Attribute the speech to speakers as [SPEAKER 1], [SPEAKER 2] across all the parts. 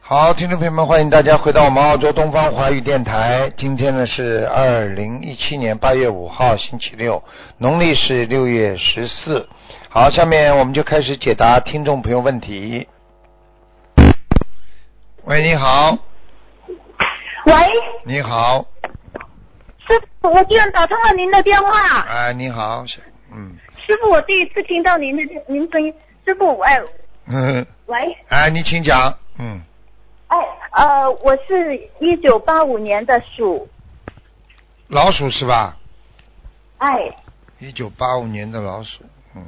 [SPEAKER 1] 好，听众朋友们，欢迎大家回到我们澳洲东方华语电台。今天呢是二零一七年八月五号，星期六，农历是六月十四。好，下面我们就开始解答听众朋友问题。喂，你好，
[SPEAKER 2] 喂，
[SPEAKER 1] 你好，
[SPEAKER 2] 师傅，我居然打通了您的电话。
[SPEAKER 1] 哎，你好，是嗯，
[SPEAKER 2] 师傅，我第一次听到您的您声音。师傅，哎，
[SPEAKER 1] 呵 呵
[SPEAKER 2] 喂，
[SPEAKER 1] 哎，你请讲，嗯，
[SPEAKER 2] 哎，呃，我是一九八五年的鼠，
[SPEAKER 1] 老鼠是吧？
[SPEAKER 2] 哎，
[SPEAKER 1] 一九八五年的老鼠，嗯，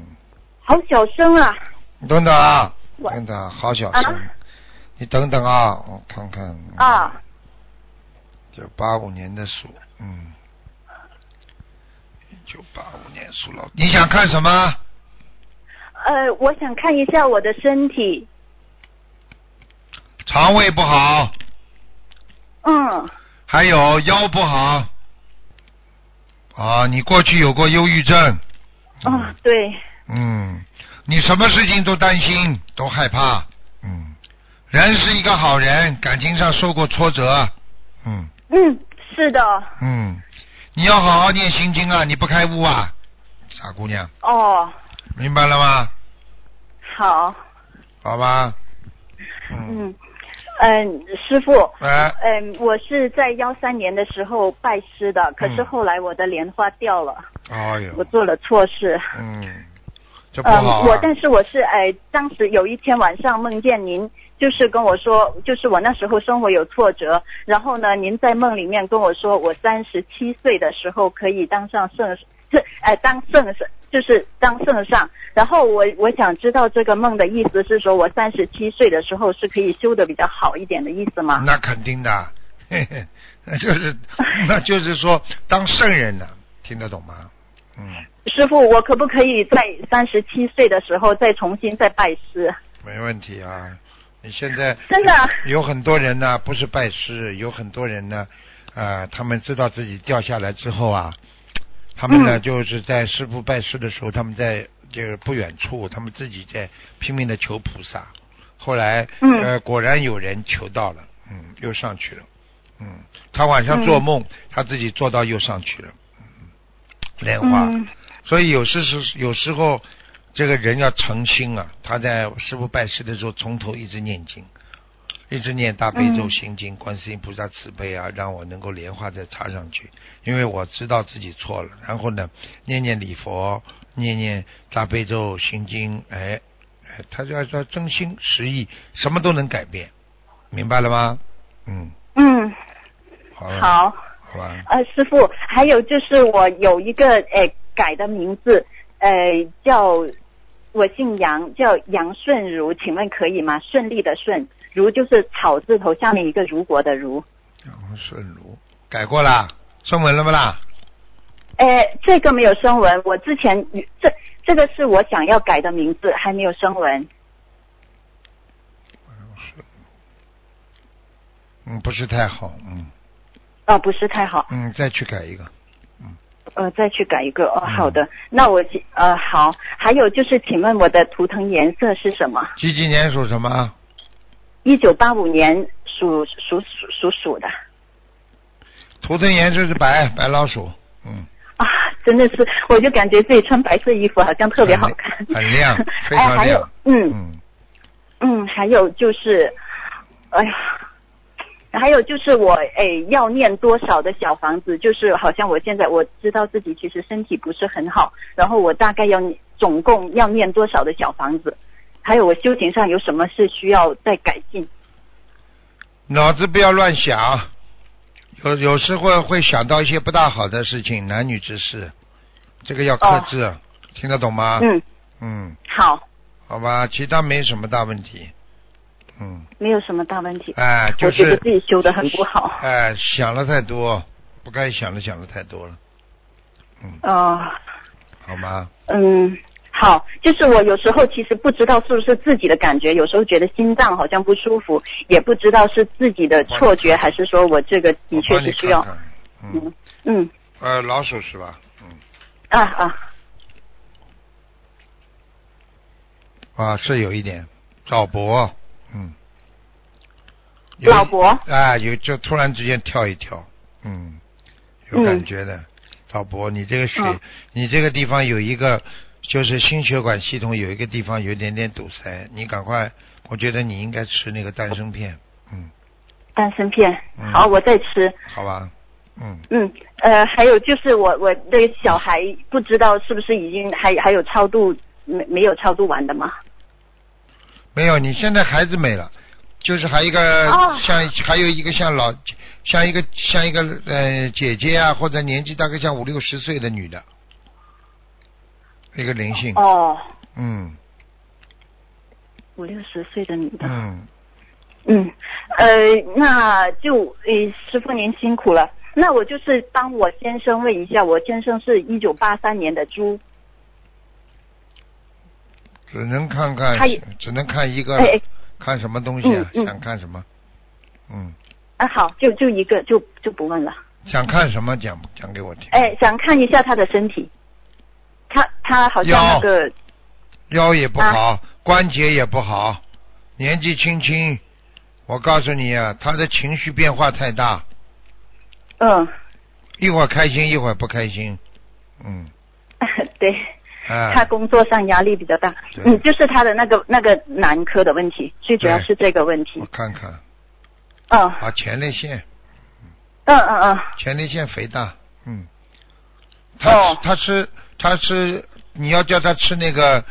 [SPEAKER 2] 好小声啊。
[SPEAKER 1] 你等等啊，
[SPEAKER 2] 我
[SPEAKER 1] 等等啊，好小声，
[SPEAKER 2] 啊
[SPEAKER 1] 你等等啊，我看看，
[SPEAKER 2] 啊，
[SPEAKER 1] 九八五年的鼠，嗯，九八五年属老，你想看什么？
[SPEAKER 2] 呃，我想看一下我的身体。
[SPEAKER 1] 肠胃不好，
[SPEAKER 2] 嗯，
[SPEAKER 1] 还有腰不好。啊，你过去有过忧郁症。
[SPEAKER 2] 啊，对，
[SPEAKER 1] 嗯，你什么事情都担心，都害怕。嗯，人是一个好人，感情上受过挫折。嗯
[SPEAKER 2] 嗯，是的，
[SPEAKER 1] 嗯，你要好好念心经啊！你不开悟啊，傻姑娘，
[SPEAKER 2] 哦，
[SPEAKER 1] 明白了吗？
[SPEAKER 2] 好，
[SPEAKER 1] 好吧。嗯。
[SPEAKER 2] 嗯，嗯、师傅，
[SPEAKER 1] 哎，
[SPEAKER 2] 嗯、我是在幺三年的时候拜师的，可是
[SPEAKER 1] 嗯
[SPEAKER 2] 后来我的莲花掉了，
[SPEAKER 1] 哎呦
[SPEAKER 2] 我，做了错事。
[SPEAKER 1] 嗯，这不
[SPEAKER 2] 嗯，
[SPEAKER 1] 好、啊。
[SPEAKER 2] 我但是我是哎、当时有一天晚上梦见您，就是跟我说，就是我那时候生活有挫折，然后呢，您在梦里面跟我说，我三十七岁的时候可以当上圣，是哎、当圣上，就是当圣上。然后我我想知道这个梦的意思是说我三十七岁的时候是可以修的比较好一点的意思吗？
[SPEAKER 1] 那肯定的， 嘿嘿，那就是那就是说当圣人了，听得懂吗？嗯，
[SPEAKER 2] 师傅，我可不可以在三十七岁的时候再重新再拜师？
[SPEAKER 1] 没问题啊。你现在
[SPEAKER 2] 真的
[SPEAKER 1] 有很多人呢，不是拜师，有很多人呢，呃，他们知道自己掉下来之后啊，他们呢、
[SPEAKER 2] 嗯
[SPEAKER 1] 就是在师傅拜师的时候，他们在就是不远处，他们自己在拼命的求菩萨，后来、
[SPEAKER 2] 嗯
[SPEAKER 1] 呃果然有人求到了，嗯，又上去了，嗯，他晚上做
[SPEAKER 2] 嗯
[SPEAKER 1] 梦，他自己做到又上去了，嗯，莲花，
[SPEAKER 2] 嗯
[SPEAKER 1] 所以有时是有时候这个人要诚心啊，他在师傅拜师的时候从头一直念经，一直念大悲咒、
[SPEAKER 2] 嗯
[SPEAKER 1] 心经、观世音菩萨慈悲啊，让我能够莲花再插上去，因为我知道自己错了。然后呢，念念礼佛，念念大悲咒、心经，哎，哎他就要说真心实意，什么都能改变，明白了吗？嗯，
[SPEAKER 2] 嗯，
[SPEAKER 1] 好了，
[SPEAKER 2] 好。
[SPEAKER 1] 好吧，
[SPEAKER 2] 呃，师傅，还有就是我有一个呃改的名字，呃，叫我姓杨，叫杨顺如，请问可以吗？顺利的顺，如就是草字头下面一个如国的如。
[SPEAKER 1] 杨顺如改过啦，送文了不啦？
[SPEAKER 2] 呃，这个没有声纹，我之前这这个是我想要改的名字，还没有声纹。
[SPEAKER 1] 嗯，不是太好，嗯
[SPEAKER 2] 啊、不是太好，
[SPEAKER 1] 嗯，再去改一个，
[SPEAKER 2] 呃，再去改一个。哦，
[SPEAKER 1] 嗯
[SPEAKER 2] 好的，那我呃好，还有就是，请问我的图腾颜色是什么？
[SPEAKER 1] 几几年属什么？啊
[SPEAKER 2] 一九八五年属属属属鼠的。
[SPEAKER 1] 图腾颜色是白，白老鼠，嗯，
[SPEAKER 2] 啊，真的是，我就感觉自己穿白色衣服好像特别好看，
[SPEAKER 1] 很 亮非常
[SPEAKER 2] 哎，还有
[SPEAKER 1] 亮，
[SPEAKER 2] 嗯
[SPEAKER 1] 嗯，
[SPEAKER 2] 嗯，还有就是，哎呀，还有就是我哎要念多少的小房子？就是好像我现在我知道自己其实身体不是很好，然后我大概要总共要念多少的小房子？还有我修行上有什么是需要再改进？
[SPEAKER 1] 脑子不要乱想，有有时候会想到一些不大好的事情，男女之事，这个要克制，听得懂吗？
[SPEAKER 2] 哦嗯，
[SPEAKER 1] 嗯，
[SPEAKER 2] 好，
[SPEAKER 1] 好吧，其他没什么大问题，嗯，
[SPEAKER 2] 没有什么大问题。
[SPEAKER 1] 哎，就
[SPEAKER 2] 我觉得
[SPEAKER 1] 是
[SPEAKER 2] 自己修的很不好。
[SPEAKER 1] 哎，想了太多，不该想的想的太多了，嗯，
[SPEAKER 2] 呃，
[SPEAKER 1] 好吗？
[SPEAKER 2] 嗯，好，就是我有时候其实不知道是不是自己的感觉，有时候觉得心脏好像不舒服，也不知道是自己的错觉，还是说我这个的确
[SPEAKER 1] 我帮
[SPEAKER 2] 是
[SPEAKER 1] 你
[SPEAKER 2] 需要。
[SPEAKER 1] 看看嗯
[SPEAKER 2] 嗯，嗯
[SPEAKER 1] 呃，老鼠是吧？嗯。
[SPEAKER 2] 啊啊，
[SPEAKER 1] 啊，是有一点，赵博，嗯，有
[SPEAKER 2] 老伯
[SPEAKER 1] 啊，有就突然之间跳一跳，嗯，有
[SPEAKER 2] 嗯
[SPEAKER 1] 感觉的。老伯，你这个血，
[SPEAKER 2] 嗯
[SPEAKER 1] 你这个地方有一个，就是心血管系统有一个地方有一点点堵塞，你赶快，我觉得你应该吃那个丹参片，嗯，
[SPEAKER 2] 丹参片
[SPEAKER 1] 嗯，
[SPEAKER 2] 好，我再吃。
[SPEAKER 1] 好吧，嗯，
[SPEAKER 2] 嗯，呃，还有就是我我这个小孩不知道是不是已经还还有超度没没有超度完的吗？
[SPEAKER 1] 没有，你现在孩子没了，就是还一个、
[SPEAKER 2] 哦
[SPEAKER 1] 像还有一个像老像一个像一个呃姐姐啊，或者年纪大概像五六十岁的女的，一个灵性，
[SPEAKER 2] 哦，
[SPEAKER 1] 嗯
[SPEAKER 2] 五六十岁的女的。
[SPEAKER 1] 嗯，
[SPEAKER 2] 嗯，呃，那就呃，师傅您辛苦了。那我就是帮我先生问一下，我先生是一九八三年的猪，
[SPEAKER 1] 只能看看
[SPEAKER 2] 他也，
[SPEAKER 1] 只能看一个了，
[SPEAKER 2] 哎哎，
[SPEAKER 1] 看什么东西啊？
[SPEAKER 2] 嗯嗯
[SPEAKER 1] 想看什么？嗯，
[SPEAKER 2] 啊好，就就一个，就就不问了。
[SPEAKER 1] 想看什么讲讲给我听。
[SPEAKER 2] 哎，想看一下他的身体，他他好像那个
[SPEAKER 1] 腰也不好，
[SPEAKER 2] 啊
[SPEAKER 1] 关节也不好，年纪轻轻，我告诉你啊，他的情绪变化太大，
[SPEAKER 2] 嗯，
[SPEAKER 1] 一会儿开心，一会儿不开心，嗯，
[SPEAKER 2] 对，
[SPEAKER 1] 哎，
[SPEAKER 2] 他工作上压力比较大，
[SPEAKER 1] 对
[SPEAKER 2] 嗯，就是他的那个那个男科的问题，最主要
[SPEAKER 1] 对
[SPEAKER 2] 是这个问题
[SPEAKER 1] 我。看看，
[SPEAKER 2] 嗯
[SPEAKER 1] 啊，前列腺，
[SPEAKER 2] 嗯嗯嗯，
[SPEAKER 1] 前列腺肥大，嗯，他、吃
[SPEAKER 2] 哦
[SPEAKER 1] 他吃他吃，你要叫他吃那个，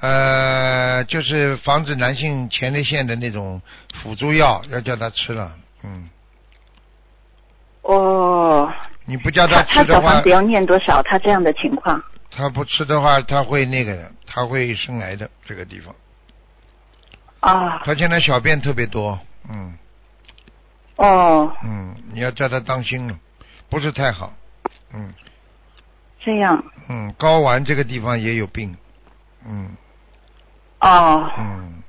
[SPEAKER 1] 呃，就是防止男性前列腺的那种辅助药，要叫他吃了，嗯，
[SPEAKER 2] 哦，
[SPEAKER 1] 你不叫
[SPEAKER 2] 他
[SPEAKER 1] 吃
[SPEAKER 2] 他
[SPEAKER 1] 的
[SPEAKER 2] 小
[SPEAKER 1] 话
[SPEAKER 2] 房子，要念多少？他这样的情况。
[SPEAKER 1] 他不吃的话，他会那个的，他会生癌的这个地方。
[SPEAKER 2] 啊，
[SPEAKER 1] 他现在小便特别多，嗯
[SPEAKER 2] 哦，
[SPEAKER 1] 嗯，你要叫他当心了，不是太好，嗯
[SPEAKER 2] 这样，
[SPEAKER 1] 嗯，睾丸这个地方也有病，嗯
[SPEAKER 2] 哦，
[SPEAKER 1] 嗯，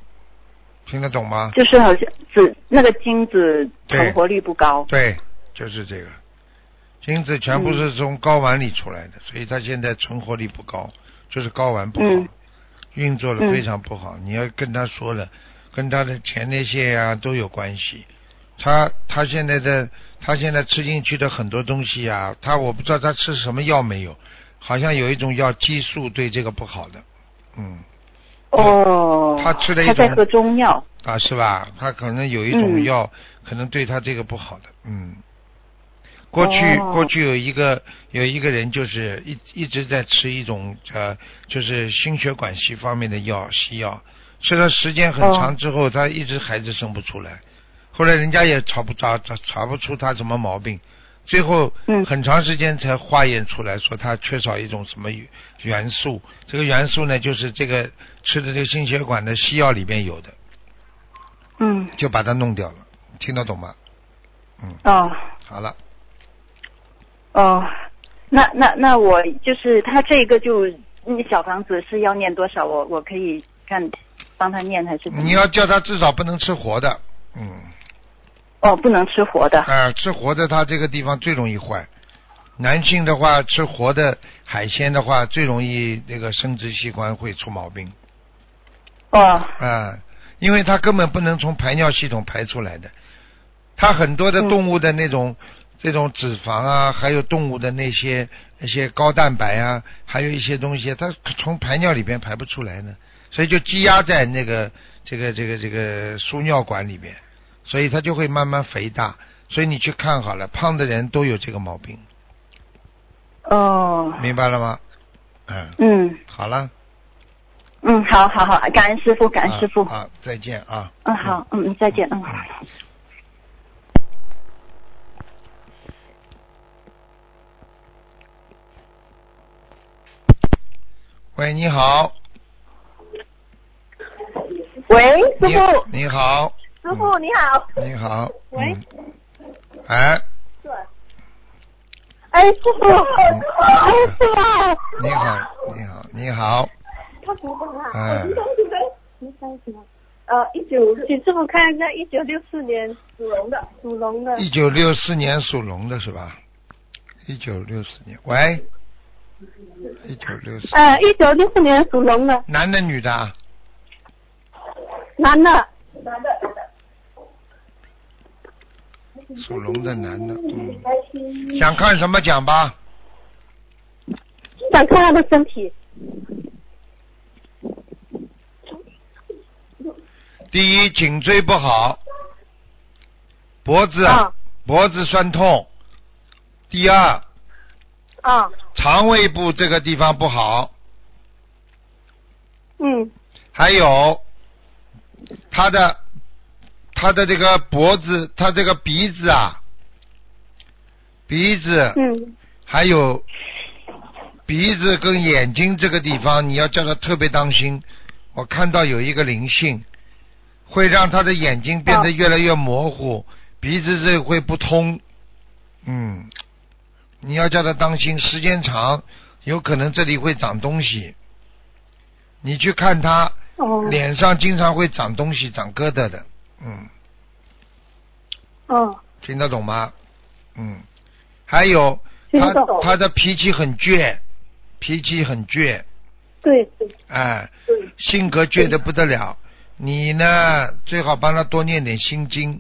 [SPEAKER 1] 听得懂吗？
[SPEAKER 2] 就是好像只那个精子存活率不高，
[SPEAKER 1] 对，就是这个，精子全部是从睾丸里出来的，所以它现在存活率不高，就是睾丸不好，
[SPEAKER 2] 嗯
[SPEAKER 1] 运作的非常不好。你要跟他说了，跟他的前列腺呀、都有关系。他他现在的他现在吃进去的很多东西啊，他我不知道他吃什么药没有，好像有一种药激素对这个不好的，嗯
[SPEAKER 2] 哦，
[SPEAKER 1] 他吃了一
[SPEAKER 2] 他
[SPEAKER 1] 种
[SPEAKER 2] 在喝中药，
[SPEAKER 1] 啊是吧？他可能有一种
[SPEAKER 2] 嗯
[SPEAKER 1] 药、可能对他这个不好的，嗯。过去、
[SPEAKER 2] 哦
[SPEAKER 1] 过去有一个有一个人就是一一直在吃一种呃，就是心血管系方面的药西药，吃了时间
[SPEAKER 2] 哦
[SPEAKER 1] 很长之后，他一直孩子生不出来，后来人家也查不查查查不出他什么毛病，最后
[SPEAKER 2] 嗯
[SPEAKER 1] 很长时间才化验出来说他缺少一种什么元素，这个元素呢就是这个吃的这个心血管的西药里面有的，
[SPEAKER 2] 嗯，
[SPEAKER 1] 就把它弄掉了，听得懂吗？嗯，
[SPEAKER 2] 哦
[SPEAKER 1] 好了，
[SPEAKER 2] 哦，那那那我就是他这个就那小房子是要念多少？我我可以看帮他念还是怎么
[SPEAKER 1] 你要叫他至少不能吃活的，嗯。
[SPEAKER 2] 哦，不能吃活的，
[SPEAKER 1] 啊、吃活的它这个地方最容易坏。男性的话，吃活的海鲜的话，最容易那个生殖器官会出毛病
[SPEAKER 2] 哦
[SPEAKER 1] 啊、因为它根本不能从排尿系统排出来的。它很多的
[SPEAKER 2] 嗯
[SPEAKER 1] 动物的那种、这种脂肪啊，还有动物的那些那些高蛋白啊，还有一些东西，啊它从排尿里边排不出来呢，所以就积压在那个这个这个这个输尿管里边，所以它就会慢慢肥大。所以你去看好了，胖的人都有这个毛病，
[SPEAKER 2] 哦，
[SPEAKER 1] 明白了吗？嗯，
[SPEAKER 2] 嗯
[SPEAKER 1] 好了，
[SPEAKER 2] 嗯，好好好，感恩师傅，感恩师傅，
[SPEAKER 1] 啊，啊再见啊。
[SPEAKER 2] 嗯好，嗯再见，嗯。
[SPEAKER 1] 喂，你好，
[SPEAKER 3] 喂，师
[SPEAKER 1] 你
[SPEAKER 3] 傅，
[SPEAKER 1] 你好，
[SPEAKER 3] 师傅你好。
[SPEAKER 1] 你好，
[SPEAKER 3] 喂
[SPEAKER 1] 嗯，哎，
[SPEAKER 3] 哎，师傅，哎，师傅。
[SPEAKER 1] 嗯你好，你好，你好，
[SPEAKER 3] 他不懂啊
[SPEAKER 1] 哎
[SPEAKER 3] 呃，一九，请师傅看一下一九六四年属龙的，属龙的。
[SPEAKER 1] 一九六四年属龙的是吧？一九六四年，喂，一九六四，
[SPEAKER 3] 呃，一九六四年属龙的，
[SPEAKER 1] 男的女的啊？
[SPEAKER 3] 男的。
[SPEAKER 1] 属龙的男的，嗯，想看什么讲吧？
[SPEAKER 3] 想看他的身体。
[SPEAKER 1] 第一，颈椎不好，脖子、
[SPEAKER 3] 啊
[SPEAKER 1] 脖子酸痛；第二，
[SPEAKER 3] 啊，
[SPEAKER 1] 肠胃部这个地方不好，
[SPEAKER 3] 嗯，
[SPEAKER 1] 还有他的他的这个脖子，他这个鼻子啊，鼻子
[SPEAKER 3] 嗯，
[SPEAKER 1] 还有鼻子跟眼睛这个地方，你要叫他特别当心。我看到有一个灵性，会让他的眼睛变得越来越模糊，鼻子这会不通。嗯，你要叫他当心，时间长，有可能这里会长东西。你去看他
[SPEAKER 3] 哦，
[SPEAKER 1] 脸上经常会长东西，长疙瘩的。嗯，
[SPEAKER 3] 哦，
[SPEAKER 1] 听得懂吗？嗯，还有
[SPEAKER 3] 听
[SPEAKER 1] 他
[SPEAKER 3] 得懂。
[SPEAKER 1] 他的脾气很倔，脾气很倔，
[SPEAKER 3] 对对
[SPEAKER 1] 哎，
[SPEAKER 3] 对，
[SPEAKER 1] 性格倔得不得了。你呢，最好帮他多念点心经。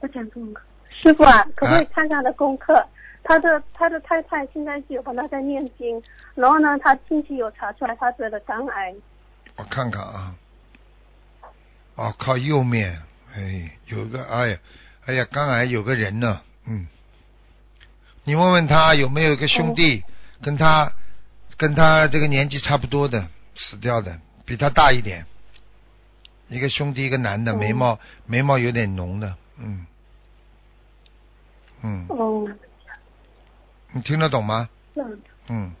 [SPEAKER 3] 不讲功课。师傅啊，可不可以
[SPEAKER 1] 啊
[SPEAKER 3] 看他的功课？他的他的太太现在是有帮他在念经，然后呢，他近期有查出来他得了肝癌，
[SPEAKER 1] 我看看啊，哦，靠右面，哎，有个，哎呀，哎呀，肝癌有个人呢，嗯，你问问他有没有一个兄弟、
[SPEAKER 3] 哦
[SPEAKER 1] 跟他跟他这个年纪差不多的死掉的，比他大一点，一个兄弟一个男的，
[SPEAKER 3] 嗯
[SPEAKER 1] 眉毛眉毛有点浓的，嗯，嗯，
[SPEAKER 3] 哦，
[SPEAKER 1] 你听得懂吗？
[SPEAKER 3] 嗯
[SPEAKER 1] 嗯，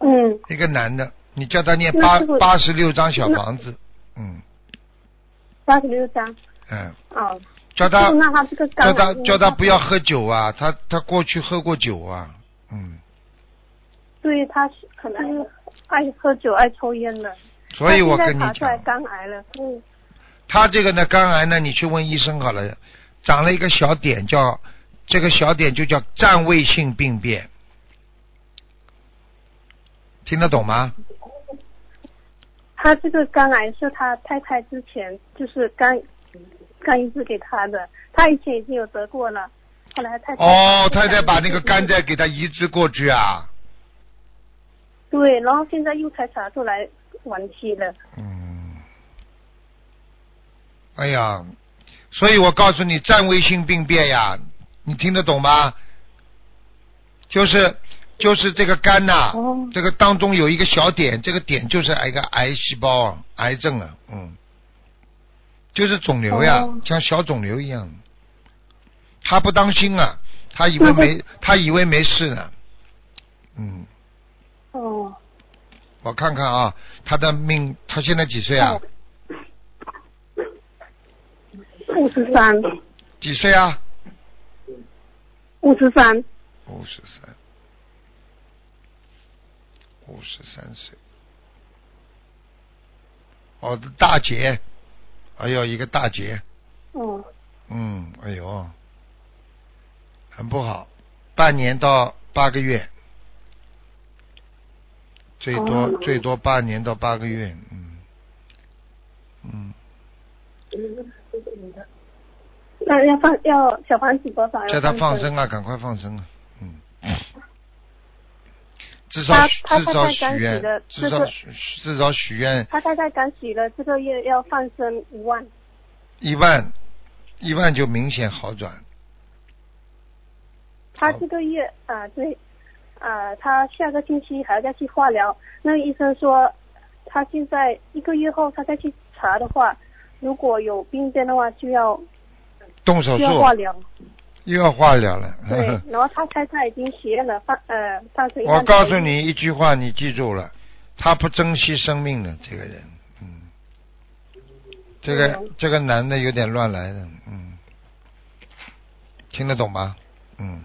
[SPEAKER 3] 嗯，
[SPEAKER 1] 一个男的，你叫他念
[SPEAKER 3] 那
[SPEAKER 1] 八
[SPEAKER 3] 师傅
[SPEAKER 1] 八十六张小房子，嗯
[SPEAKER 3] 八十六张，
[SPEAKER 1] 嗯，
[SPEAKER 3] 啊，
[SPEAKER 1] 叫他
[SPEAKER 3] 师傅那他这个
[SPEAKER 1] 叫
[SPEAKER 3] 肝癌
[SPEAKER 1] 他
[SPEAKER 3] 应该
[SPEAKER 1] 叫他不要喝酒啊，他他过去喝过酒啊，嗯，
[SPEAKER 3] 对，他是可能就是爱喝酒、爱抽烟的。
[SPEAKER 1] 所以我
[SPEAKER 3] 他
[SPEAKER 1] 跟
[SPEAKER 3] 现
[SPEAKER 1] 你
[SPEAKER 3] 在查出来
[SPEAKER 1] 讲，
[SPEAKER 3] 肝癌了，嗯，
[SPEAKER 1] 他这个呢肝癌呢，你去问医生好了，长了一个小点叫这个小点就叫占位性病变，听得懂吗？
[SPEAKER 3] 他这个肝癌是他太太之前就是肝肝移植给他的，他以前已经有得过了，后来太太
[SPEAKER 1] 哦，太太把那个肝再给他移植过去啊，
[SPEAKER 3] 对，然后现在又才查出来晚期了，
[SPEAKER 1] 嗯，哎呀，所以我告诉你，占位性病变呀，你听得懂吗？就是就是这个肝呐、
[SPEAKER 3] 哦
[SPEAKER 1] 这个当中有一个小点，这个点就是一个癌细胞啊，癌症啊，嗯，就是肿瘤呀，
[SPEAKER 3] 哦
[SPEAKER 1] 像小肿瘤一样。他不当心啊，他以为没，他以为没事呢，嗯。
[SPEAKER 3] 哦，
[SPEAKER 1] 我看看啊，他的命，他现在几岁
[SPEAKER 3] 哦
[SPEAKER 1] 啊？
[SPEAKER 3] 五十三，
[SPEAKER 1] 几岁啊？
[SPEAKER 3] 五十三，
[SPEAKER 1] 五十三，五十三岁。哦，大姐，哎呦，一个大姐，
[SPEAKER 3] 哦，
[SPEAKER 1] 嗯，哎呦，很不好，半年到八个月，最多、
[SPEAKER 3] 哦
[SPEAKER 1] 最多半年到八个月，嗯，嗯，
[SPEAKER 3] 那要放要小房子多少？
[SPEAKER 1] 叫他
[SPEAKER 3] 要
[SPEAKER 1] 放
[SPEAKER 3] 生。
[SPEAKER 1] 生啊，赶快放生啊，嗯，至少
[SPEAKER 3] 他他
[SPEAKER 1] 至
[SPEAKER 3] 太
[SPEAKER 1] 少
[SPEAKER 3] 太
[SPEAKER 1] 许
[SPEAKER 3] 刚许
[SPEAKER 1] 愿
[SPEAKER 3] 的，
[SPEAKER 1] 至
[SPEAKER 3] 这
[SPEAKER 1] 少
[SPEAKER 3] 个
[SPEAKER 1] 许至少许愿
[SPEAKER 3] 他太太刚许了，这个月要放生一万，
[SPEAKER 1] 一万，一万就明显好转。
[SPEAKER 3] 他
[SPEAKER 1] 好
[SPEAKER 3] 这个月啊、对，啊、他下个星期还要再去化疗。那个医生说，他现在一个月后他再去查的话，如果有病变的话就要
[SPEAKER 1] 动手
[SPEAKER 3] 就
[SPEAKER 1] 术
[SPEAKER 3] 要化疗。
[SPEAKER 1] 又要化疗了。
[SPEAKER 3] 对， 然后他太太已经许愿了，放呃放生一万。
[SPEAKER 1] 哎我告诉，你一句话，你记住了，他不珍惜生命的这个人，嗯，这个、
[SPEAKER 3] 嗯
[SPEAKER 1] 这个男的有点乱来的，嗯，听得懂吗？嗯，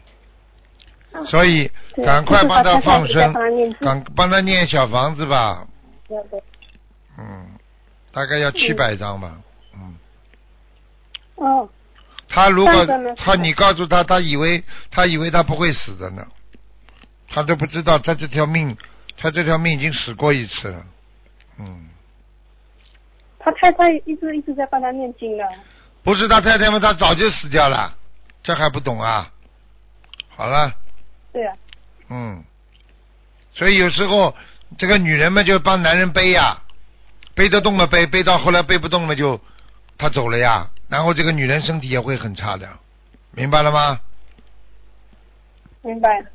[SPEAKER 1] 所以
[SPEAKER 3] 啊对
[SPEAKER 1] 赶快帮他放
[SPEAKER 3] 就是他太太一直
[SPEAKER 1] 生
[SPEAKER 3] 在帮他念，经
[SPEAKER 1] 赶帮他念小房子吧，
[SPEAKER 3] 以
[SPEAKER 1] 嗯，大概要七百张吧，嗯。
[SPEAKER 3] 哦，
[SPEAKER 1] 他如果
[SPEAKER 3] 但是呢
[SPEAKER 1] 他你告诉他，他以为他以为他不会死的呢，他都不知道他这条命，他这条命已经死过一次了，嗯，
[SPEAKER 3] 他太太一直一直在帮他念经了。
[SPEAKER 1] 不是他太太吗？他早就死掉了，这还不懂啊？好了，
[SPEAKER 3] 对啊，
[SPEAKER 1] 嗯，所以有时候这个女人们就帮男人背呀、背得动了背，背到后来背不动了就他走了呀，然后这个女人身体也会很差的，明白了吗？
[SPEAKER 3] 明白。
[SPEAKER 1] 啊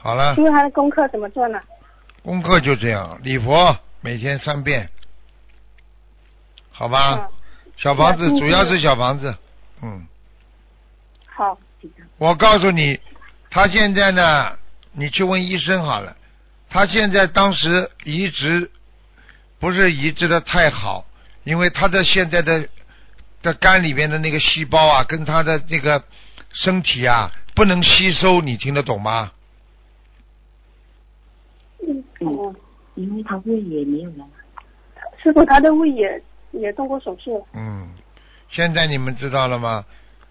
[SPEAKER 1] 好了
[SPEAKER 3] 请，问他的功课怎么做呢？
[SPEAKER 1] 功课就这样，礼佛每天三遍，好吧？
[SPEAKER 3] 嗯，
[SPEAKER 1] 小房子
[SPEAKER 3] 那今
[SPEAKER 1] 主要
[SPEAKER 3] 天
[SPEAKER 1] 是小房子，嗯。
[SPEAKER 3] 好，
[SPEAKER 1] 我告诉你，他现在呢，你去问医生好了。他现在当时移植不是移植的太好，因为他的现在的的肝里边的那个细胞啊，跟他的这个身体啊不能吸收，你听得懂吗？
[SPEAKER 3] 嗯，哦，
[SPEAKER 4] 因为他胃也没有了。
[SPEAKER 3] 师傅他的胃也也动过手术，
[SPEAKER 1] 嗯，现在你们知道了吗？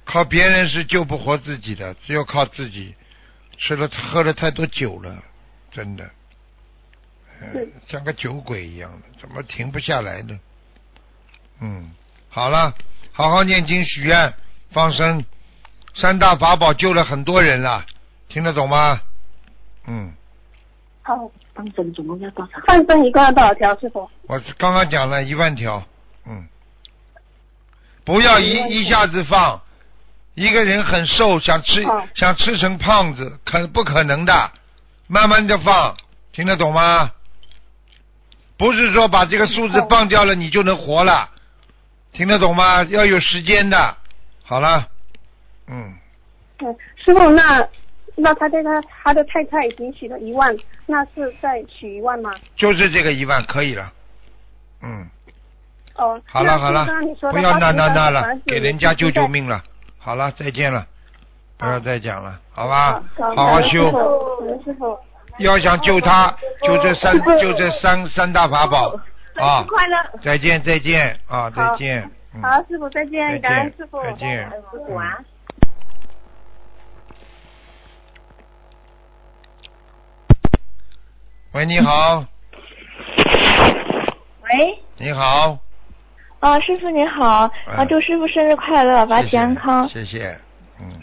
[SPEAKER 1] 靠别人是救不活自己的，只有靠自己。吃了喝了太多酒了，真的，呃
[SPEAKER 3] 对，
[SPEAKER 1] 像个酒鬼一样的，怎么停不下来呢？嗯，好了，好好念经许愿放生，三大法宝救了很多人了，听得懂吗？嗯，
[SPEAKER 3] 好，
[SPEAKER 4] 放生总共要多少？
[SPEAKER 3] 放生一共要多少条？师傅？
[SPEAKER 1] 我是刚刚讲了一万条，嗯，不要一一下子放，一个人很瘦，想吃、
[SPEAKER 3] 哦
[SPEAKER 1] 想吃成胖子，可不可能的？慢慢的放，听得懂吗？不是说把这个数字
[SPEAKER 3] 哦
[SPEAKER 1] 放掉了你就能活了，听得懂吗？要有时间的。好了，嗯，
[SPEAKER 3] 嗯，师傅，那那他对他他的太太已经许了一万，那是在许一万吗？
[SPEAKER 1] 就是这个一万可以了，嗯，
[SPEAKER 3] 哦，
[SPEAKER 1] 好了好了
[SPEAKER 3] 那刚刚你，说
[SPEAKER 1] 不
[SPEAKER 3] 的
[SPEAKER 1] 要
[SPEAKER 3] 八十
[SPEAKER 1] 那那那
[SPEAKER 3] 张小
[SPEAKER 1] 了
[SPEAKER 3] 房子，
[SPEAKER 1] 给人家救救
[SPEAKER 3] 现在
[SPEAKER 1] 命了。好了，再见了，不要
[SPEAKER 3] 好
[SPEAKER 1] 再讲了，好吧？
[SPEAKER 3] 好
[SPEAKER 1] 啊好好
[SPEAKER 3] 师
[SPEAKER 1] 修，
[SPEAKER 3] 傅感恩师傅，
[SPEAKER 1] 要想救他，就这三
[SPEAKER 3] 师父
[SPEAKER 1] 就这三三大法宝啊！
[SPEAKER 3] 快乐。
[SPEAKER 1] 再见再见啊！再见，嗯，
[SPEAKER 3] 好，师傅再见，感恩
[SPEAKER 1] 再
[SPEAKER 3] 师
[SPEAKER 1] 见
[SPEAKER 3] 傅，
[SPEAKER 1] 再见
[SPEAKER 3] 师傅啊。
[SPEAKER 1] 喂，你好，
[SPEAKER 5] 喂，
[SPEAKER 1] 你好，
[SPEAKER 5] 啊，师傅您好，啊，
[SPEAKER 1] 嗯
[SPEAKER 5] 祝师傅生日快乐，法
[SPEAKER 1] 谢
[SPEAKER 5] 体
[SPEAKER 1] 谢
[SPEAKER 5] 安康。
[SPEAKER 1] 谢谢，嗯，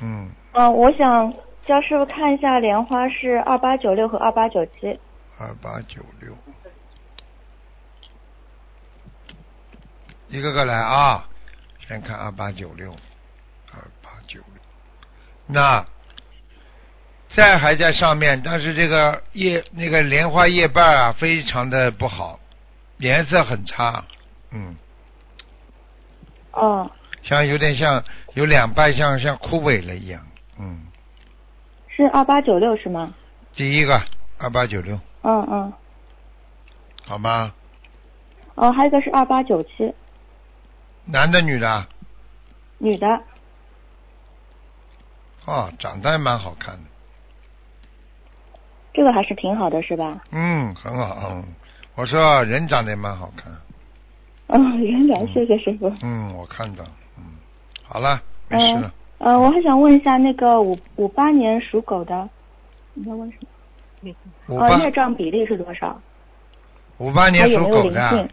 [SPEAKER 1] 嗯，
[SPEAKER 5] 嗯、我想叫师傅看一下莲花是二八九六和二八九七。
[SPEAKER 1] 二八九六，一个个来啊，先看二八九六，二八九六，那在还在上面，但是这个叶那个莲花叶瓣啊，非常的不好，颜色很差，嗯，
[SPEAKER 5] 哦，
[SPEAKER 1] 像有点像有两瓣像像枯萎了一样，嗯，
[SPEAKER 5] 是二八九六是吗？
[SPEAKER 1] 第一个二八九六，
[SPEAKER 5] 嗯嗯，
[SPEAKER 1] 好吗？
[SPEAKER 5] 哦、还有一个是二八九七，
[SPEAKER 1] 男的女的啊？
[SPEAKER 5] 女的。
[SPEAKER 1] 哦，长得还蛮好看的。
[SPEAKER 5] 这个还是挺好的，是吧？
[SPEAKER 1] 嗯，很好。嗯我说人长得也蛮好看。
[SPEAKER 5] 嗯，圆
[SPEAKER 1] 嗯
[SPEAKER 5] 圆，谢谢师傅。
[SPEAKER 1] 嗯，我看到。嗯，好了，没事了。
[SPEAKER 5] 呃，我还想问一下那个五五八年属狗的，你在问什么？
[SPEAKER 1] 五
[SPEAKER 5] 呃，
[SPEAKER 1] 八
[SPEAKER 5] 业障比例是多少？
[SPEAKER 1] 五八
[SPEAKER 5] 还
[SPEAKER 1] 年
[SPEAKER 5] 有
[SPEAKER 1] 属
[SPEAKER 5] 没哦有
[SPEAKER 1] 狗
[SPEAKER 5] 灵
[SPEAKER 1] 的啊
[SPEAKER 5] 性？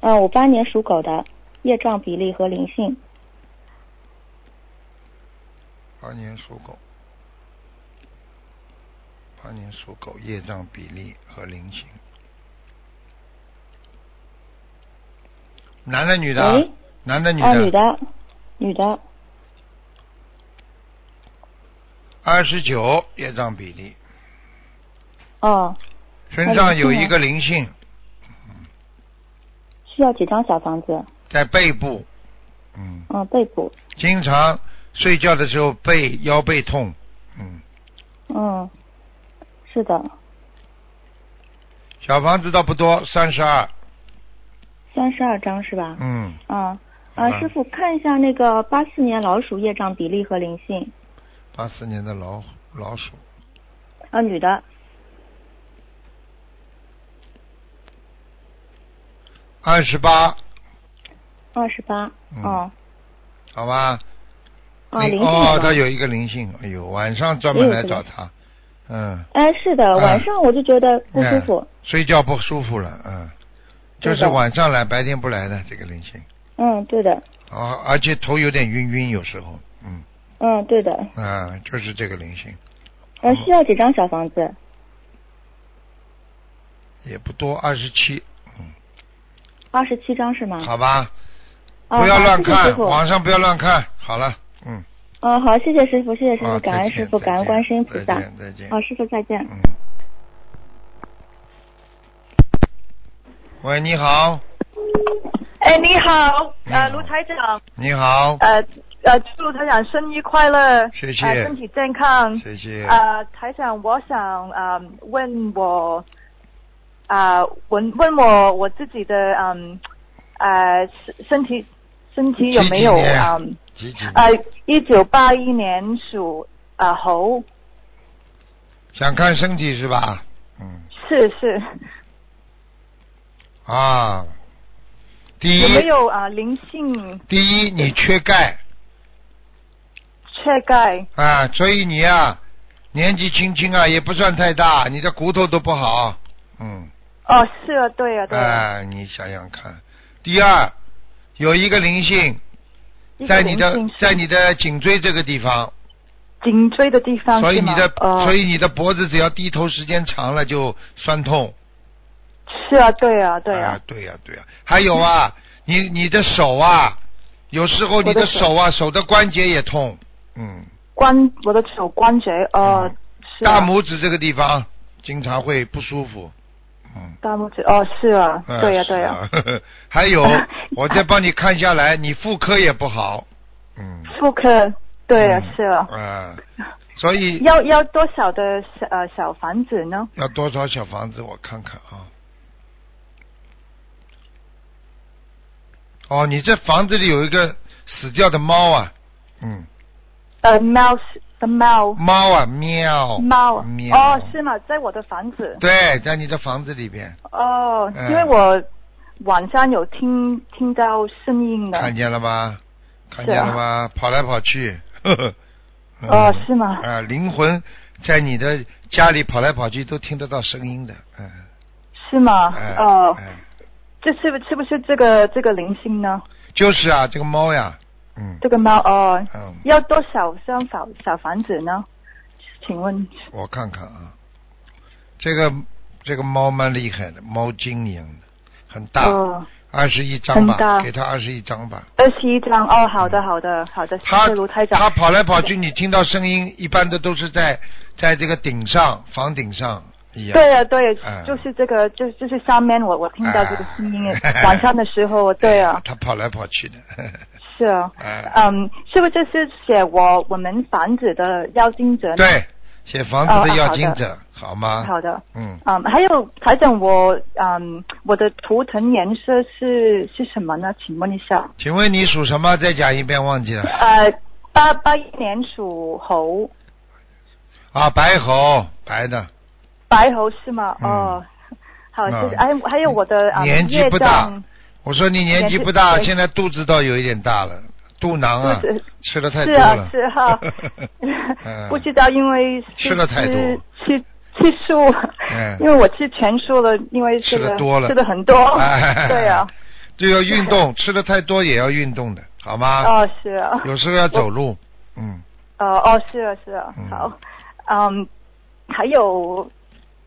[SPEAKER 5] 呃，五八年属狗的业障比例和灵性。
[SPEAKER 1] 八年属狗，八年属狗业障比例和灵性，男的女的啊
[SPEAKER 5] 喂？
[SPEAKER 1] 男的女
[SPEAKER 5] 啊，女
[SPEAKER 1] 的？
[SPEAKER 5] 的，女的，
[SPEAKER 1] 二十九业障比例，
[SPEAKER 5] 哦，
[SPEAKER 1] 身上有一
[SPEAKER 5] 灵性啊
[SPEAKER 1] 个灵性
[SPEAKER 5] 需要几张小房子？
[SPEAKER 1] 在背部，嗯，
[SPEAKER 5] 嗯，背部，
[SPEAKER 1] 经常睡觉的时候背腰背痛，嗯，
[SPEAKER 5] 嗯，是的，
[SPEAKER 1] 小房子倒不多，三十二，
[SPEAKER 5] 三十二张是吧？
[SPEAKER 1] 嗯，
[SPEAKER 5] 啊、
[SPEAKER 1] 好
[SPEAKER 5] 啊，
[SPEAKER 1] 吧
[SPEAKER 5] 师傅看一下那个八四年老鼠业障比例和灵性，
[SPEAKER 1] 八四年的老虎老鼠，
[SPEAKER 5] 啊，女的，
[SPEAKER 1] 二十八，
[SPEAKER 5] 二十八，
[SPEAKER 1] 嗯
[SPEAKER 5] 哦，
[SPEAKER 1] 好吧？
[SPEAKER 5] 啊，
[SPEAKER 1] 灵
[SPEAKER 5] 灵性
[SPEAKER 1] 哦，他
[SPEAKER 5] 的。
[SPEAKER 1] 有一个灵性，哎呦，晚上专门来找他，嗯，
[SPEAKER 5] 哎，是的，
[SPEAKER 1] 嗯哎
[SPEAKER 5] 晚上我就觉得不舒服。
[SPEAKER 1] 睡觉不舒服了，嗯，就是
[SPEAKER 5] 对的
[SPEAKER 1] 晚上来，白天不来的这个灵性，
[SPEAKER 5] 嗯，对的，
[SPEAKER 1] 啊，而且头有点晕晕，有时候，嗯，
[SPEAKER 5] 嗯，对的。
[SPEAKER 1] 啊，就是这个灵性，嗯
[SPEAKER 5] 呃，需要几张小房子？
[SPEAKER 1] 也不多，二十七，
[SPEAKER 5] 二十七张是吗？
[SPEAKER 1] 好吧，
[SPEAKER 5] 啊，
[SPEAKER 1] 不要乱
[SPEAKER 5] 好谢谢
[SPEAKER 1] 看，
[SPEAKER 5] 师傅。
[SPEAKER 1] 网上不要乱看，好了，嗯，
[SPEAKER 5] 嗯，好，谢谢师傅，谢谢师
[SPEAKER 1] 啊
[SPEAKER 5] 傅，感恩
[SPEAKER 1] 再见
[SPEAKER 5] 师傅，
[SPEAKER 1] 再
[SPEAKER 5] 感恩观
[SPEAKER 1] 见
[SPEAKER 5] 世音菩萨
[SPEAKER 1] 再。见，再见，
[SPEAKER 5] 好，师傅再见。
[SPEAKER 1] 嗯。喂，你好，
[SPEAKER 6] 哎，你好，
[SPEAKER 1] 你好
[SPEAKER 6] 呃，卢台长，
[SPEAKER 1] 你好，
[SPEAKER 6] 呃呃，祝卢台长生日快乐，
[SPEAKER 1] 谢谢
[SPEAKER 6] 呃身体健康。
[SPEAKER 1] 谢谢。
[SPEAKER 6] 呃，台长，我想呃问我，啊、问问我我自己的嗯呃身身体身体有没有
[SPEAKER 1] 几几年
[SPEAKER 6] 嗯
[SPEAKER 1] 几几年
[SPEAKER 6] 呃一九八一年属呃猴，
[SPEAKER 1] 想看身体是吧？嗯
[SPEAKER 6] 是是，
[SPEAKER 1] 啊，第
[SPEAKER 6] 有
[SPEAKER 1] 一
[SPEAKER 6] 没，有啊、呃灵性
[SPEAKER 1] 第一你缺钙
[SPEAKER 6] 缺钙？
[SPEAKER 1] 啊，所以你啊年纪轻轻啊也不算太大，你的骨头都不好，嗯，
[SPEAKER 6] 哦，是啊，对啊，对啊，
[SPEAKER 1] 啊，你想想看。第二，有一个灵性
[SPEAKER 6] 一个
[SPEAKER 1] 在你的
[SPEAKER 6] 灵性是
[SPEAKER 1] 在你的颈椎这个地方，
[SPEAKER 6] 颈椎的地方，
[SPEAKER 1] 所以
[SPEAKER 6] 是
[SPEAKER 1] 你
[SPEAKER 6] 吗
[SPEAKER 1] 的
[SPEAKER 6] 哦、
[SPEAKER 1] 所以你的脖子只要低头时间长了就酸痛。
[SPEAKER 6] 是啊，对啊，对啊
[SPEAKER 1] 啊，，对呀、对呀、还有 啊，你你的手啊，有时候你
[SPEAKER 6] 我的手
[SPEAKER 1] 手啊，手的关节也痛，嗯，
[SPEAKER 6] 关我的手关节哦
[SPEAKER 1] 嗯，
[SPEAKER 6] 是
[SPEAKER 1] 大
[SPEAKER 6] 啊
[SPEAKER 1] 拇指这个地方经常会不舒服，嗯，
[SPEAKER 6] 大拇指哦，是啊，
[SPEAKER 1] 嗯
[SPEAKER 6] 对呀
[SPEAKER 1] 是
[SPEAKER 6] 对呀，
[SPEAKER 1] 啊， 还 有，我再帮你看下来，你妇科也不好，嗯，
[SPEAKER 6] 妇科对呀
[SPEAKER 1] 嗯
[SPEAKER 6] 是啊，
[SPEAKER 1] 啊，所以
[SPEAKER 6] 要要多少的小呃小房子呢？
[SPEAKER 1] 要多少小房子？我看看啊。哦，你这房子里有一个死掉的猫啊，嗯，
[SPEAKER 6] 呃，猫是的猫
[SPEAKER 1] 猫啊，喵，
[SPEAKER 6] 猫
[SPEAKER 1] 喵，
[SPEAKER 6] 哦，是吗？在我的房子
[SPEAKER 1] 对，在你的房子里边，
[SPEAKER 6] 哦，
[SPEAKER 1] 嗯
[SPEAKER 6] 因为我晚上有听听到声音的，
[SPEAKER 1] 看见了吗？看见了吗？跑来跑去， 呵呵。嗯
[SPEAKER 6] 啊哦是吗
[SPEAKER 1] 啊，灵魂在你的家里跑来跑去，都听得到声音的，嗯，
[SPEAKER 6] 是吗
[SPEAKER 1] 哎？
[SPEAKER 6] 哦，
[SPEAKER 1] 哎
[SPEAKER 6] 这是不是不是这个这个灵性呢？
[SPEAKER 1] 就是啊，这个猫呀，嗯
[SPEAKER 6] 这个猫哦，
[SPEAKER 1] 嗯，
[SPEAKER 6] 要多少张小小房子呢？请问
[SPEAKER 1] 我看看啊，这个这个猫蛮厉害的，猫精一样的，很大，
[SPEAKER 6] 哦，
[SPEAKER 1] 二十一张
[SPEAKER 6] 很大
[SPEAKER 1] 吧，给它二十一张吧。
[SPEAKER 6] 二十一张哦，好的，好的，好的，谢
[SPEAKER 1] 它
[SPEAKER 6] 谢卢台
[SPEAKER 1] 它
[SPEAKER 6] 长。
[SPEAKER 1] 跑来跑去，你听到声音，一般的都是在在这个顶上，房顶上一样。
[SPEAKER 6] 对呀、啊对呀、
[SPEAKER 1] 嗯
[SPEAKER 6] 就是这个，就就是上面我我听到这个声音，
[SPEAKER 1] 哎
[SPEAKER 6] 晚上的时候，对呀、
[SPEAKER 1] 它哎跑来跑去的。
[SPEAKER 6] 是啊，
[SPEAKER 1] 哎，
[SPEAKER 6] 嗯，是不是是写我我们房子的邀请者呢？，
[SPEAKER 1] 对，写房子
[SPEAKER 6] 嗯哦
[SPEAKER 1] 的
[SPEAKER 6] 啊
[SPEAKER 1] 要
[SPEAKER 6] 好
[SPEAKER 1] 经
[SPEAKER 6] 的
[SPEAKER 1] 者，好吗？
[SPEAKER 6] 好的，
[SPEAKER 1] 嗯，
[SPEAKER 6] 嗯，还有台长，我嗯我的图腾颜色是是什么呢？请问一 下，
[SPEAKER 1] 请问你属什么？再讲一遍，忘记了。
[SPEAKER 6] 呃，八八一年属猴，
[SPEAKER 1] 啊，白猴，白的。
[SPEAKER 6] 白猴是吗？
[SPEAKER 1] 嗯
[SPEAKER 6] 哦，好，谢谢。
[SPEAKER 1] 那
[SPEAKER 6] 还有还有我的啊，嗯
[SPEAKER 1] 年纪
[SPEAKER 6] 业
[SPEAKER 1] 不大
[SPEAKER 6] 障
[SPEAKER 1] 我说你年纪
[SPEAKER 6] 年纪
[SPEAKER 1] 不大，
[SPEAKER 6] 对
[SPEAKER 1] 现在肚子倒有一点大了，肚囊啊
[SPEAKER 6] 肚子，
[SPEAKER 1] 吃的太
[SPEAKER 6] 是
[SPEAKER 1] 多
[SPEAKER 6] 啊
[SPEAKER 1] 了。
[SPEAKER 6] 是哈
[SPEAKER 1] 嗯，
[SPEAKER 6] 不知道，因为是
[SPEAKER 1] 吃了太多
[SPEAKER 6] 吃吃吃素，
[SPEAKER 1] 嗯
[SPEAKER 6] 因为我吃全素了，因为这
[SPEAKER 1] 吃
[SPEAKER 6] 个
[SPEAKER 1] 的多了，
[SPEAKER 6] 吃的很多，
[SPEAKER 1] 哎
[SPEAKER 6] 对啊，，
[SPEAKER 1] 就要运动，吃的太多也要运动的，好吗？
[SPEAKER 6] 哦是啊，
[SPEAKER 1] 有时候要走路，嗯，
[SPEAKER 6] 哦哦是啊是啊
[SPEAKER 1] 嗯，
[SPEAKER 6] 好，嗯，还有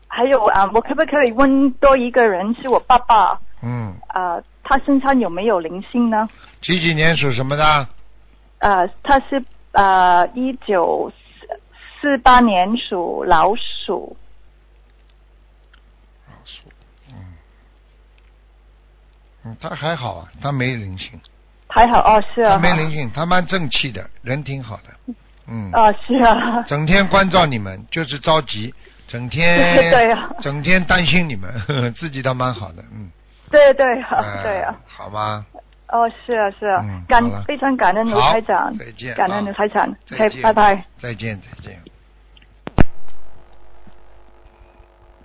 [SPEAKER 6] 还有啊，我可不可以问多一个人是我爸爸
[SPEAKER 1] 嗯，
[SPEAKER 6] 啊？他身上有没有灵性呢？
[SPEAKER 1] 几几年属什么的？
[SPEAKER 6] 呃，他是呃一九四八年属老鼠，
[SPEAKER 1] 嗯，嗯，他还好啊，他没灵性，
[SPEAKER 6] 还好哦，是啊，
[SPEAKER 1] 他没灵性，他蛮正气的，人挺好的，嗯，
[SPEAKER 6] 哦，是啊，
[SPEAKER 1] 整天关照你们，就是着急，整天
[SPEAKER 6] 对啊，
[SPEAKER 1] 整天担心你们， 呵呵自己倒蛮好的，嗯，
[SPEAKER 6] 对对啊，
[SPEAKER 1] 哎
[SPEAKER 6] 对啊，，
[SPEAKER 1] 好吗？
[SPEAKER 6] 哦，是啊是啊
[SPEAKER 1] 嗯，
[SPEAKER 6] 感
[SPEAKER 1] 好了
[SPEAKER 6] 非常感恩卢
[SPEAKER 1] 好
[SPEAKER 6] 台长
[SPEAKER 1] 再见，
[SPEAKER 6] 感恩
[SPEAKER 1] 啊
[SPEAKER 6] 卢台长
[SPEAKER 1] 再，见
[SPEAKER 6] 嘿拜拜。
[SPEAKER 1] 再见，再见。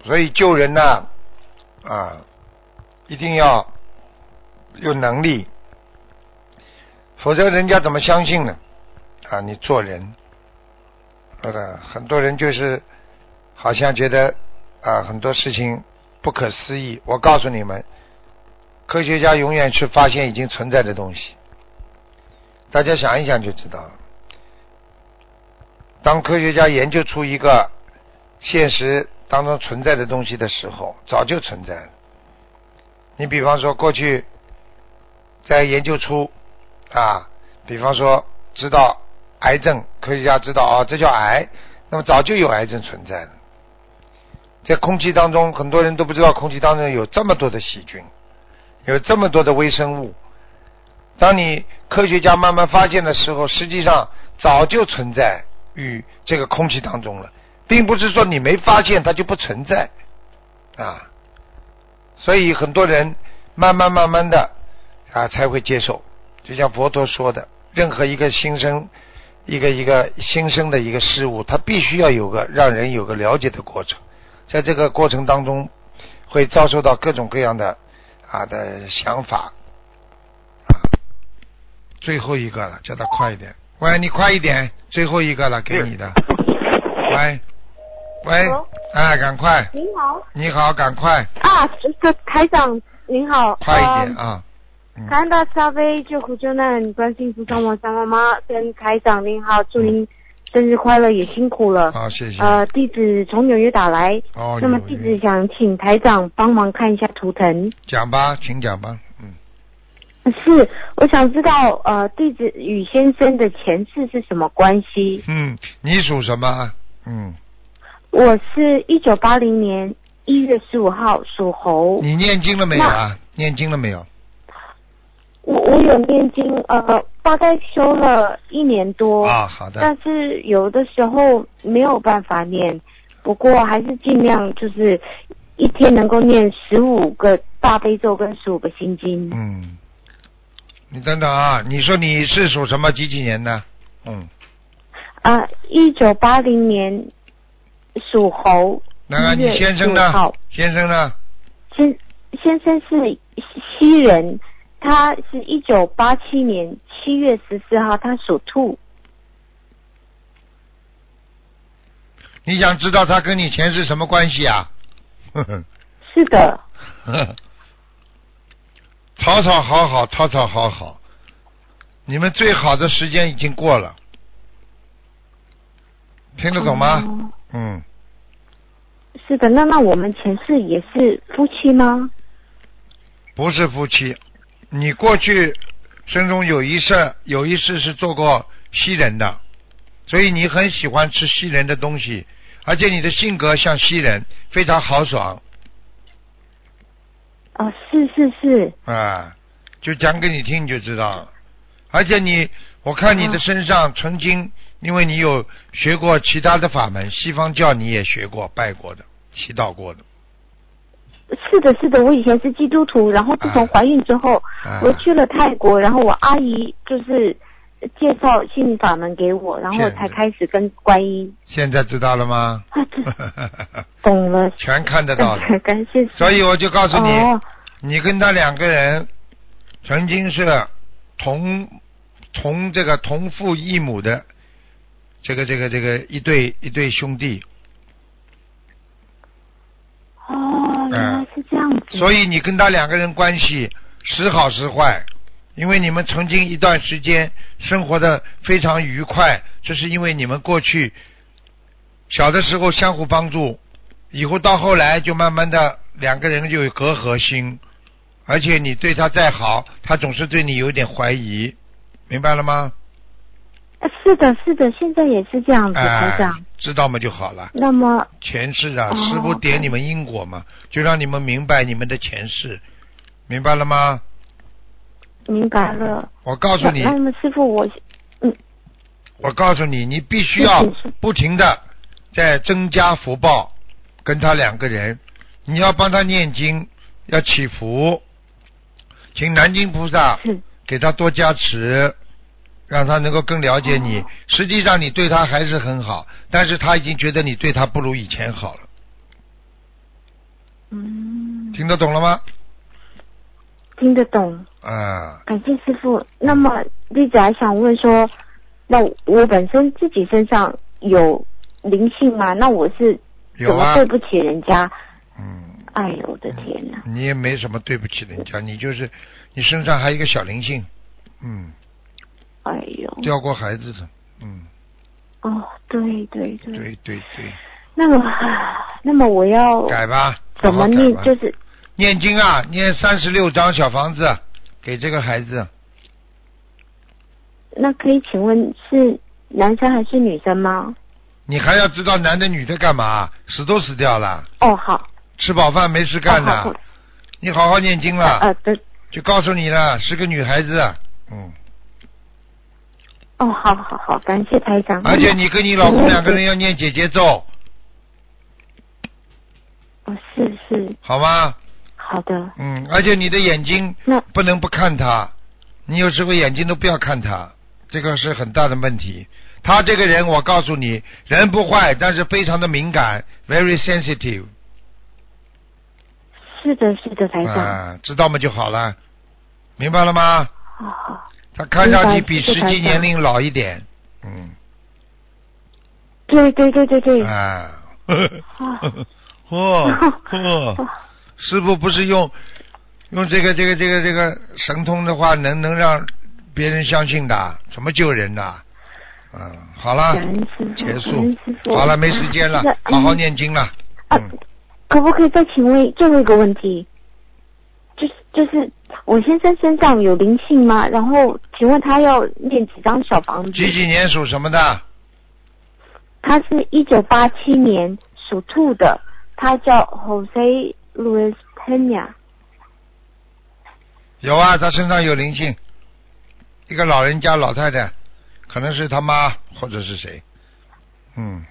[SPEAKER 1] 所以救人呐、啊，一定要有能力，否则人家怎么相信呢？啊，你做人，呃，很多人就是好像觉得啊，很多事情不可思议。我告诉你们，科学家永远去发现已经存在的东西，大家想一想就知道了。当科学家研究出一个现实当中存在的东西的时候，早就存在了。你比方说，过去在研究出啊，比方说知道癌症，科学家知道啊、哦，这叫癌，那么早就有癌症存在了。在空气当中，很多人都不知道空气当中有这么多的细菌，有这么多的微生物。当你科学家慢慢发现的时候，实际上早就存在于这个空气当中了，并不是说你没发现它就不存在啊。所以很多人慢慢慢慢的啊才会接受，就像佛陀说的，任何一个新生，一个一个新生的一个事物，它必须要有个让人有个了解的过程，在这个过程当中会遭受到各种各样的啊的想法。啊最后一个了，叫他快一点。喂，你快一点，最后一个了，给你的。喂，喂，哎，赶快，
[SPEAKER 7] 您好
[SPEAKER 1] 你好，赶快。
[SPEAKER 7] 啊，这个台长您好，
[SPEAKER 1] 快一点啊！
[SPEAKER 7] 呃感恩大慈大悲救苦救难观世音菩萨，我想妈妈跟台长您好，祝您生日快乐，也辛苦
[SPEAKER 1] 嗯
[SPEAKER 7] 了。
[SPEAKER 1] 好，谢谢。
[SPEAKER 7] 呃，弟子从纽约打来，
[SPEAKER 1] 哦，
[SPEAKER 7] 那么
[SPEAKER 1] 有
[SPEAKER 7] 弟
[SPEAKER 1] 缘
[SPEAKER 7] 子想请台长帮忙看一下图腾。
[SPEAKER 1] 讲吧，请讲吧，嗯，
[SPEAKER 7] 是，我想知道呃，弟子与先生的前世是什么关系？
[SPEAKER 1] 嗯，你属什么？嗯，
[SPEAKER 7] 我是一九八零年一月十五号属猴，
[SPEAKER 1] 你念经了没有啊？念经了没有？
[SPEAKER 7] 我我有念经，呃，大概修了一年多。
[SPEAKER 1] 啊，好的，
[SPEAKER 7] 但是有的时候没有办法念，不过还是尽量就是一天能够念十五个大悲咒跟十五个心经。
[SPEAKER 1] 嗯，你等等啊，你说你是属什么？几几年的？嗯，
[SPEAKER 7] 啊，一九八零年属猴，
[SPEAKER 1] 那个
[SPEAKER 7] 1月
[SPEAKER 1] 你先生
[SPEAKER 7] 15
[SPEAKER 1] 呢
[SPEAKER 7] 号？
[SPEAKER 1] 先生呢？
[SPEAKER 7] 先先生是西人，他是一九八七年七月十四号，他属兔。
[SPEAKER 1] 你想知道他跟你前世什么关系啊？呵呵
[SPEAKER 7] 是 的，
[SPEAKER 1] 呵吵吵好好，吵吵好好，你们最好的时间已经过了，听得懂吗？
[SPEAKER 7] 哦
[SPEAKER 1] 嗯，
[SPEAKER 7] 是的，那那我们前世也是夫妻吗？
[SPEAKER 1] 不是夫妻，你过去生中有一世有一世是做过西人的，所以你很喜欢吃西人的东西，而且你的性格像西人，非常豪爽
[SPEAKER 7] 哦，是是是，
[SPEAKER 1] 啊，就讲给你听你就知道了。而且你，我看你的身上曾经，因为你有学过其他的法门，西方教你也学过、拜过的、祈祷过的。
[SPEAKER 7] 是的，是的，我以前是基督徒，然后自从
[SPEAKER 1] 啊
[SPEAKER 7] 怀孕之后，
[SPEAKER 1] 啊、
[SPEAKER 7] 我去了泰国，然后我阿姨就是介绍心灵法门给我，然后我才开始跟观音
[SPEAKER 1] 现在知道了吗？
[SPEAKER 7] 啊，这懂了，
[SPEAKER 1] 全看得 到的。
[SPEAKER 7] 感谢神。
[SPEAKER 1] 所以我就告诉你，
[SPEAKER 7] 哦，
[SPEAKER 1] 你跟他两个人曾经是同同这个同父异母的这个这个这个一对一对兄弟，
[SPEAKER 7] 哦，原来是这样子。
[SPEAKER 1] 嗯所以你跟他两个人关系时好时坏，因为你们曾经一段时间生活的非常愉快，这是因为你们过去小的时候相互帮助，以后到后来就慢慢的两个人就有隔阂心，而且你对他再好，他总是对你有点怀疑，明白了吗？
[SPEAKER 7] 呃是的，是的，现在也是这样子，
[SPEAKER 1] 哎、
[SPEAKER 7] 台长。
[SPEAKER 1] 知道嘛就好了。
[SPEAKER 7] 那么，
[SPEAKER 1] 前世啊，
[SPEAKER 7] 哦
[SPEAKER 1] 师傅点你们因果嘛，就让你们明白你们的前世，明白了吗？
[SPEAKER 7] 明白了。
[SPEAKER 1] 我告诉你，
[SPEAKER 7] 那那么师傅，我
[SPEAKER 1] 我告诉你，你必须要不停的在增加福报，跟他两个人，你要帮他念经，要祈福，请南京菩萨
[SPEAKER 7] 是
[SPEAKER 1] 给他多加持，让他能够更了解
[SPEAKER 7] 哦
[SPEAKER 1] 你。实际上你对他还是很好，但是他已经觉得你对他不如以前好了。嗯，听得懂了吗？
[SPEAKER 7] 听得懂，
[SPEAKER 1] 啊，
[SPEAKER 7] 感谢师傅。那么，弟子还想问说，那我本身自己身上有灵性吗？那我是怎
[SPEAKER 1] 有
[SPEAKER 7] 么
[SPEAKER 1] 啊
[SPEAKER 7] 对，不起人家？
[SPEAKER 1] 嗯，
[SPEAKER 7] 哎呦我的天哪！
[SPEAKER 1] 你也没什么对不起人家，你就是你身上还有一个小灵性，嗯，
[SPEAKER 7] 哎呦，
[SPEAKER 1] 掉过孩子的，嗯，
[SPEAKER 7] 哦，对对对，
[SPEAKER 1] 对对对，
[SPEAKER 7] 那么 那么我要
[SPEAKER 1] 改吧，
[SPEAKER 7] 怎
[SPEAKER 1] 好
[SPEAKER 7] 么
[SPEAKER 1] 好改
[SPEAKER 7] 念？
[SPEAKER 1] 吧
[SPEAKER 7] 就是
[SPEAKER 1] 念经啊，念三十六张小房子给这个孩子，
[SPEAKER 7] 那可以请问是男生还是女生吗？
[SPEAKER 1] 你还要知道男的女的干嘛，死都死掉了，
[SPEAKER 7] 哦，好，
[SPEAKER 1] 吃饱饭没事干
[SPEAKER 7] 哦
[SPEAKER 1] 的，啊
[SPEAKER 7] 好好
[SPEAKER 1] 你好好念经了，
[SPEAKER 7] 呃对，
[SPEAKER 1] 就告诉你了，是个女孩子，嗯，
[SPEAKER 7] 哦，好好好，感谢台长。
[SPEAKER 1] 而且你跟你老公两个人要念姐姐咒，
[SPEAKER 7] 哦，是是，
[SPEAKER 1] 好吗？
[SPEAKER 7] 好的，
[SPEAKER 1] 嗯，而且你的眼睛
[SPEAKER 7] 那
[SPEAKER 1] 不能不看他，你有时候眼睛都不要看他，这个是很大的问题。他这个人，我告诉你，人不坏，但是非常的敏感，very sensitive
[SPEAKER 7] 是的，是的，台长。
[SPEAKER 1] 啊，知道吗就好了，明白了吗？
[SPEAKER 7] 好哦好，
[SPEAKER 1] 他看上去
[SPEAKER 7] 明白
[SPEAKER 1] 比
[SPEAKER 7] 谢
[SPEAKER 1] 实
[SPEAKER 7] 谢
[SPEAKER 1] 际
[SPEAKER 7] 台
[SPEAKER 1] 年
[SPEAKER 7] 长
[SPEAKER 1] 龄老一点，嗯
[SPEAKER 7] 对对对对对，
[SPEAKER 1] 啊， 呵呵哦 哦，师傅不是用用这个这个这个这个神通的话，能能让别人相信的，怎么救人的？嗯，好了
[SPEAKER 7] 感，恩师傅，
[SPEAKER 1] 结
[SPEAKER 7] 感
[SPEAKER 1] 束
[SPEAKER 7] 恩师，傅
[SPEAKER 1] 好了，没时间了
[SPEAKER 7] 啊是的，
[SPEAKER 1] 好好
[SPEAKER 7] 嗯
[SPEAKER 1] 念经了。
[SPEAKER 7] 啊
[SPEAKER 1] 嗯，
[SPEAKER 7] 可不可以再请问最后一个问题？就是就是我先生身上有灵性吗？然后请问他要念几张小房子？
[SPEAKER 1] 几几年属什么的？
[SPEAKER 7] 他是一九八七年属兔的，他叫 Jose Luis Pena。
[SPEAKER 1] 有啊，他身上有灵性，一个老人家老太太，可能是他妈或者是谁，嗯，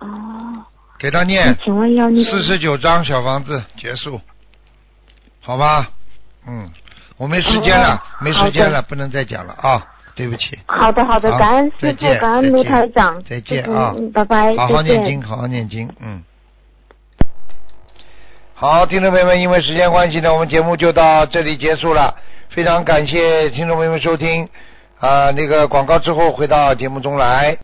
[SPEAKER 7] 哦，
[SPEAKER 1] 给他
[SPEAKER 7] 那
[SPEAKER 1] 念
[SPEAKER 7] 请问要念
[SPEAKER 1] 哎四十九张小房子结束，好吧？嗯，我没时间了
[SPEAKER 7] 哦，
[SPEAKER 1] 没时间了，
[SPEAKER 7] 好
[SPEAKER 1] 不能再讲了啊，对不起。
[SPEAKER 7] 好的，好的，
[SPEAKER 1] 好
[SPEAKER 7] 感恩
[SPEAKER 1] 再
[SPEAKER 7] 师傅
[SPEAKER 1] 见，
[SPEAKER 7] 感恩卢台长，
[SPEAKER 1] 再见
[SPEAKER 7] 嗯
[SPEAKER 1] 啊
[SPEAKER 7] 嗯拜拜，
[SPEAKER 1] 好好
[SPEAKER 7] 再见
[SPEAKER 1] 念经，好好念经，嗯。好，听众朋友们，因为时间关系呢，我们节目就到这里结束了。非常感谢听众朋友们收听，啊、那个广告之后回到节目中来。